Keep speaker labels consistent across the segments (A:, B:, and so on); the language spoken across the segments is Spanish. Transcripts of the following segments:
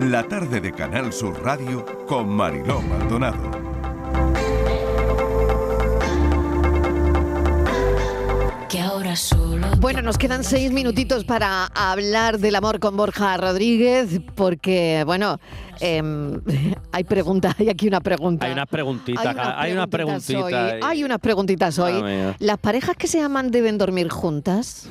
A: La tarde de Canal Sur Radio con Mariló Maldonado.
B: Que ahora solo.
C: Bueno, nos quedan seis minutitos para hablar del amor con Borja Rodríguez, porque, bueno, em, hay preguntas, hay aquí una pregunta.
D: Hay unas preguntitas, hay unas preguntitas.
C: hoy. Hay unas preguntitas hoy.
D: Madre mía.
C: ¿Las parejas que se aman deben dormir juntas?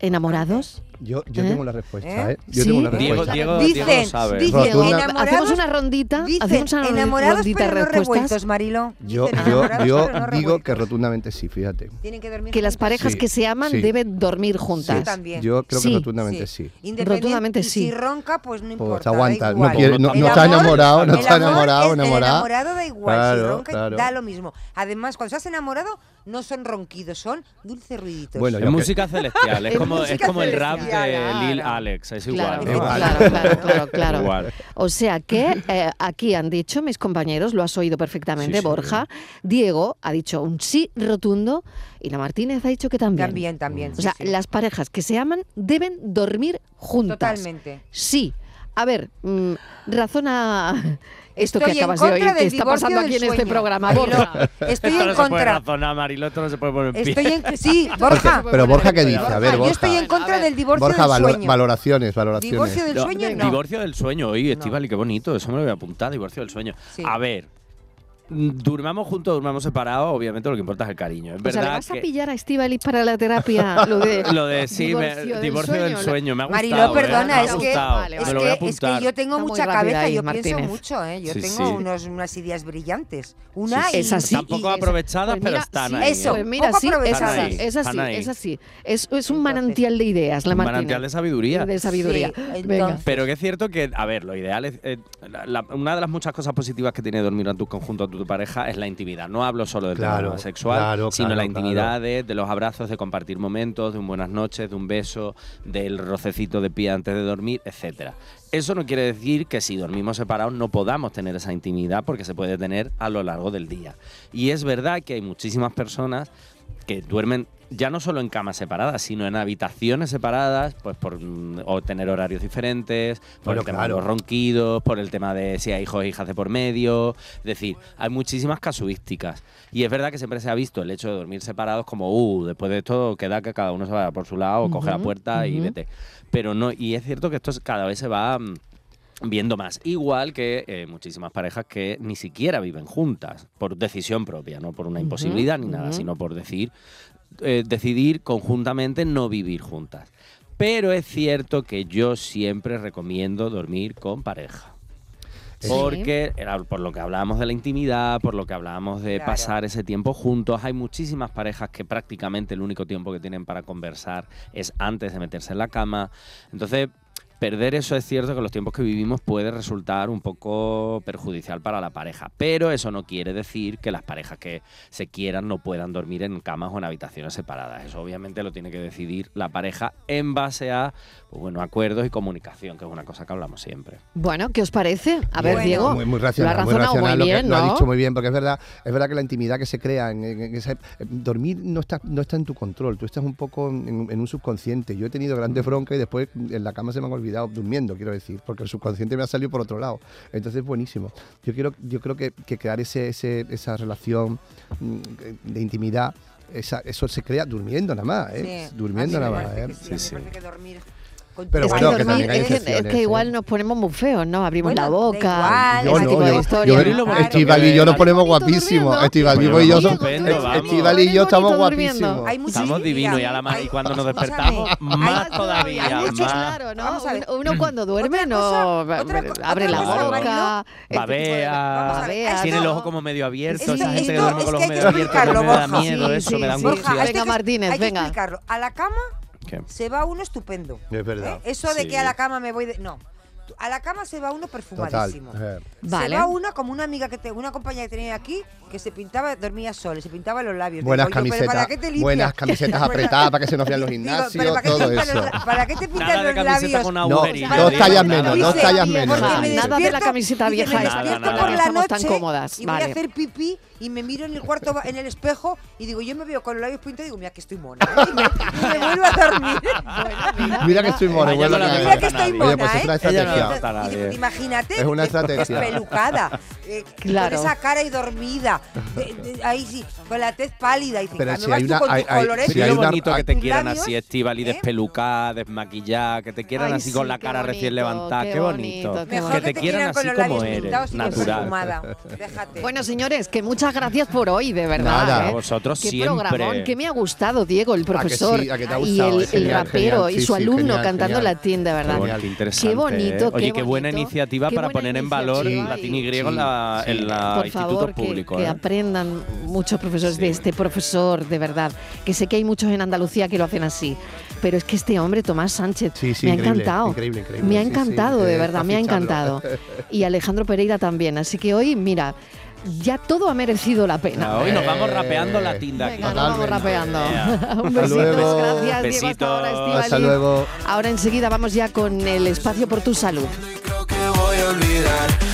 C: ¿Enamorados?
E: Yo, yo
C: ¿Eh?
E: tengo la respuesta, ¿eh? Yo
C: ¿Sí?
E: tengo la
D: Diego-
E: respuesta.
D: Diego-
F: Dicen,
D: Diego lo sabe.
F: dicen,
E: Rotunda.
C: Una-
F: enamorados-
C: hacemos una rondita,
F: Dicen,
C: hacemos una
F: enamorados
C: rondita
F: pero no
C: respuestas.
F: revueltos, Marilo.
E: Yo,
F: Dicen,
E: yo,
F: enamorados,
E: yo
F: pero no
E: digo
F: revueltos.
E: que rotundamente sí, fíjate.
F: Tienen que dormir
C: Que las
F: juntos.
C: parejas
E: Sí,
C: que se aman
E: sí.
C: deben dormir juntas.
F: Yo también.
E: Yo creo
C: Sí,
E: que rotundamente sí.
F: Independiente-
C: Rotundamente
F: y
C: sí.
F: Si ronca, pues no importa.
E: Pues
F: da
E: aguanta, no,
F: igual.
E: quiere- no-
D: El
E: no está
F: amor-
E: enamorado, no
F: el
E: está
F: amor
E: enamorado,
F: es- El
E: enamorada.
F: enamorado da igual. si
E: Claro,
F: ronca,
E: claro.
F: da lo mismo. Además, cuando estás enamorado, no son ronquidos, son dulces ruiditos.
E: Bueno,
D: Es
E: yo
D: música celestial, es
C: Es
D: como, es
C: música
D: como el rap de
F: celestial,
D: Lil
F: claro.
D: Alex, es
C: Claro,
D: igual.
E: es igual.
C: claro, claro, claro, claro.
D: Igual.
C: O sea que eh, aquí han dicho mis compañeros, lo has oído perfectamente,
D: Sí, sí,
C: Borja. Diego ha dicho un sí rotundo y la Martínez ha dicho que también.
F: También, también.
C: O
F: sí,
C: sea,
F: sí.
C: las parejas que se aman deben dormir juntas.
F: Totalmente.
C: Sí. A ver, mm, razona esto que
F: Estoy en
C: acabas de
F: contra
C: oír, que
F: del
C: está
F: divorcio
C: pasando
F: del
C: aquí en este
F: sueño.
C: programa.
F: Marilo,
C: Borja.
F: Estoy
D: esto
F: en
D: no se puede
F: contra.
D: razonar, Marilo, esto no se puede poner en pie.
F: Estoy en. Sí, Borja. Ah,
E: Porque- pero Borja, ¿qué dice? A ver,
F: Yo
E: Borja.
F: estoy en contra del divorcio
E: Borja,
F: del
E: valo-
F: sueño.
E: valoraciones, valoraciones.
F: Divorcio del
D: No,
F: sueño,
C: venga.
F: no.
D: Divorcio del sueño, oye, Estivali, qué bonito, eso me lo voy a apuntar, divorcio del sueño.
F: Sí.
D: A ver, mm, durmamos juntos, durmamos separados, obviamente lo que importa es el cariño. Es
C: O
F: Pues
C: sea,
D: verdad
C: ¿le vas
D: que
C: a pillar a Estivalis para la terapia? Lo de,
D: lo de sí, me- divorcio,
C: del
D: del,
C: sueño,
D: sueño, me ha gustado.
F: Mariló,
D: ¿eh?
F: perdona,
D: me ha
F: es que-
D: gustado,
C: vale,
D: me
F: Es
D: lo voy a
F: que, es que
D: apuntar.
F: yo tengo
C: Está muy
F: mucha
C: rápida
F: cabeza,
C: ahí,
F: yo
C: Martínez.
F: pienso mucho, ¿eh? yo
D: Sí,
F: tengo
D: sí.
F: unos- unas ideas brillantes. Una
D: Sí, sí.
F: y-
C: Es así.
D: Tampoco
C: y-
D: aprovechadas, pero
C: mira,
D: están
C: sí,
D: ahí,
C: Eso,
D: ¿eh?
C: pues mira,
F: Poco
C: sí, es
F: aprovechadas.
C: así, es así,
D: Están ahí.
C: es así. Es, es un
F: Entonces,
C: manantial de ideas, la
D: Un
C: Martínez.
D: manantial de sabiduría.
C: De sabiduría.
F: Sí,
C: Venga.
F: entonces-
D: Pero que es cierto que, a ver, lo ideal es. eh, la- la- una de las muchas cosas positivas que tiene dormir en tu conjunto a tu pareja es la intimidad. No hablo solo del
E: Claro,
D: tema sexual,
E: claro,
D: sino
E: claro,
D: la intimidad de, de los abrazos, de compartir momentos, de un buenas noches, de un beso, del rocecito de pie antes de dormir, etcétera. Eso no quiere decir que si dormimos separados no podamos tener esa intimidad porque se puede tener a lo largo del día. Y es verdad que hay muchísimas personas que duermen ya no solo en camas separadas, sino en habitaciones separadas, pues por mm, o tener horarios diferentes, por
E: Bueno,
D: el tema
E: claro.
D: de los ronquidos, por el tema de si hay hijos e hijas de por medio. Es decir, hay muchísimas casuísticas. Y es verdad que siempre se ha visto el hecho de dormir separados como, uh, después de esto queda que cada uno se vaya por su lado, coge la
C: Ujú,
D: puerta y
C: ujú.
D: vete. Pero no, y es cierto que esto es- cada vez se va... mm, viendo más. Igual que eh, muchísimas parejas que ni siquiera viven juntas, por decisión propia, no por una imposibilidad ni nada,
C: ujú.
D: sino por decir, eh, decidir conjuntamente no vivir juntas. Pero es cierto que yo siempre recomiendo dormir con pareja.
C: Sí.
D: Porque era por lo que hablábamos de la intimidad, por lo que hablábamos de
F: Claro.
D: pasar ese tiempo juntos, hay muchísimas parejas que prácticamente el único tiempo que tienen para conversar es antes de meterse en la cama. Entonces, perder eso es cierto que los tiempos que vivimos puede resultar un poco perjudicial para la pareja, pero eso no quiere decir que las parejas que se quieran no puedan dormir en camas o en habitaciones separadas. Eso obviamente lo tiene que decidir la pareja en base a pues, bueno, acuerdos y comunicación, que es una cosa que hablamos siempre.
C: Bueno, ¿qué os parece? A ver,
F: Bueno.
C: Diego.
E: Muy, muy racional,
C: lo ha
E: muy
C: razonado muy,
E: racional lo que-
C: bien,
E: lo
C: ¿no?
E: ha dicho muy bien, porque es verdad, es verdad que la intimidad que se crea en, en- en esa- dormir no está, no está en tu control, tú estás un poco en, en un subconsciente. Yo he tenido grandes
C: Mm.
E: broncas y después en la cama se me han olvidado durmiendo, quiero decir, porque el subconsciente me ha salido por otro lado. Entonces, buenísimo. Yo quiero, yo creo que, que crear ese, ese- esa relación mm, de intimidad. esa- eso se crea durmiendo nada más, ¿eh?
F: Sí,
E: durmiendo
F: a mí
E: nada
F: me
E: más.
F: parece
E: ¿eh?
F: que sí, a mí
D: Sí,
F: me
D: sí.
F: parece que dormir con-
E: Pero
C: Es que
E: bueno, que
C: dormir-
E: también hay
C: es que- es,
E: excepciones,
C: que
E: ¿eh?
C: igual nos ponemos muy feos, ¿no? Abrimos la
F: Bueno, da
C: boca,
F: igual,
C: Ah, ese
E: Yo
C: tipo
E: no,
C: de
E: yo,
C: historia.
E: yo,
C: ¿no?
F: bonito
E: Estivali y yo nos
D: Claro.
E: ponemos
C: Bonito
E: guapísimos.
C: durmiendo.
E: Estivali
D: Bueno,
E: y yo,
D: Diego,
E: somos-
D: tú eres
E: Estivali
D: estupendo,
E: y yo estamos
C: vamos.
E: guapísimos.
F: Hay muchísima
D: Estamos divinos
F: intimidad.
D: ya la mar-
F: Hay-
D: y cuando nos
F: escúchame,
D: despertamos, más
F: hay-
D: todavía,
F: hay
C: Hay
F: mucho-
C: mucho,
D: más.
C: claro, ¿no?
F: Vamos a ver.
C: Uno, uno cuando duerme
F: Otra
C: no
F: cosa,
C: abre-
F: otra co-
C: abre la
F: otra
D: cosa,
C: boca.
D: Babea,
F: Vamos a ver, esto-
D: tiene el ojo como medio abierto,
F: esto-
D: esa gente que
F: esto
D: duerme con
F: es que
D: los
F: hay que
D: medios abiertos, no me da
F: explicarlo,
D: miedo
C: Borja.
D: eso,
C: Sí,
D: me da
C: sí,
D: angustia.
C: Borja,
F: esto hay que-
C: Martínez,
F: hay que
C: venga.
F: explicarlo. A la cama
D: ¿Qué?
F: se va uno estupendo.
E: Es verdad.
F: ¿eh? Eso de
D: Sí.
F: que a la cama me voy de... No. A la cama se va uno
E: Total.
F: perfumadísimo.
E: eh.
C: Vale.
F: Se va una como una amiga que te, una compañera que tenía aquí que se pintaba, dormía sola, se pintaba los labios.
E: Buenas
F: Digo, "Oye, pero
E: camisetas,
F: ¿para qué te limpias?"
E: buenas camisetas apretadas para que se nos vean los
F: Digo, "¿Pero
E: gimnasios,
F: para qué te
E: todo
F: pintas
E: eso.
F: los- ¿Para qué te pintas
D: Nada de
F: los
D: camiseta
F: labios?
D: con
E: No,
D: agujerito.
E: dos
D: Digo,
E: tallas
D: nada,
E: menos,
D: nada.
E: dos
F: Dice,
E: tallas
F: "Porque
E: menos.
C: Nada,
F: me
C: nada de la
F: despierto-
C: camiseta
F: dice,
C: vieja
F: "Me
D: esa,
F: despierto
D: nada,
F: por
D: nada.
F: la
C: Estamos tan
F: noche
C: cómodas,
F: Y voy a
C: vale.
F: hacer pipí y me miro en el cuarto, ba- en el espejo y digo, yo me veo con los labios pintados y digo, mira que estoy mona. ¿eh? Y me, y me vuelvo a dormir.
E: Mira que estoy mona,
D: Ay,
E: vuelve
D: yo no
E: a
D: la
E: casa.
F: mira que estoy
D: Oye,
F: mona,
E: pues es
F: ¿eh?
E: una estrategia.
F: Y yo-
D: Ella no
F: y yo-
D: mata a nadie.
F: imagínate.
E: Es una
F: de-
E: estrategia.
F: Despelucada. eh,
C: Claro.
F: Con esa cara y dormida. de- de- ahí sí, con la tez pálida. Y dices,
E: Pero
F: "Ah, me
E: si
F: vas
E: hay
F: tú
E: una-
F: con tus
E: hay- hay-
F: colores".
E: si
D: Sí,
E: hay
D: lo
E: una-
D: bonito que te
F: tus
D: quieran
F: labios,
D: así, Estival, y
F: ¿eh?
D: despelucada, desmaquillada, que te quieran
C: Ay,
D: así con
C: sí,
D: la
C: qué
D: cara
C: bonito,
D: recién levantada. Qué,
C: qué
D: bonito.
C: bonito, qué
F: Mejor
D: Que te quieran
F: con
D: así
F: los
D: como
F: labios
D: eres,
F: pintados y con
D: natural.
F: perfumada. Déjate.
C: Bueno, señores, que muchas gracias por hoy, de verdad.
E: Nada,
C: ¿eh?
E: a
D: vosotros
C: Qué
D: siempre.
C: programón, que me ha gustado, Diego, el profesor
E: sí? ¿A que te ha
C: y
E: gustado?
C: el,
E: Es genial,
C: el rapero
E: genial,
C: y
E: sí,
C: su
E: sí,
C: alumno
E: genial,
C: cantando
E: genial.
C: Latín, de
D: Qué
C: verdad.
E: Genial.
D: bonito, interesante.
C: Qué bonito,
D: ¿eh? Oye,
C: qué
D: qué, buena
C: bonito.
D: iniciativa
C: Qué
D: para
C: buena
D: poner en
C: iniciativa,
D: valor
E: sí,
D: latín y
E: sí,
D: griego en la,
E: sí.
D: en la
C: Por
D: institutos
C: favor, que,
D: públicos.
C: que
D: ¿eh?
C: aprendan muchos profesores de
D: Sí.
C: este profesor, de verdad. Que sé que hay muchos en Andalucía que lo hacen así. Pero es que este hombre, Tomás Sánchez,
E: Sí, sí,
C: me ha
E: increíble,
C: encantado.
E: increíble, increíble,
C: me ha
E: sí, sí,
C: encantado,
E: eh,
C: de
E: pa'
C: verdad, me ha
E: ficharlo.
C: encantado. Y Alejandro Pereira también. Así que hoy, mira, ya todo ha merecido la pena.
D: Ah, hoy nos vamos
E: Eh,
D: rapeando latín de aquí.
C: Venga, nos vamos rapeando.
D: Venga.
C: Un besito,
E: luego.
C: gracias, Diego.
D: Besitos.
C: Hasta ahora, Estíbaliz.
E: Hasta luego.
C: Ahora enseguida vamos ya con el espacio por tu salud.
G: creo que voy a olvidar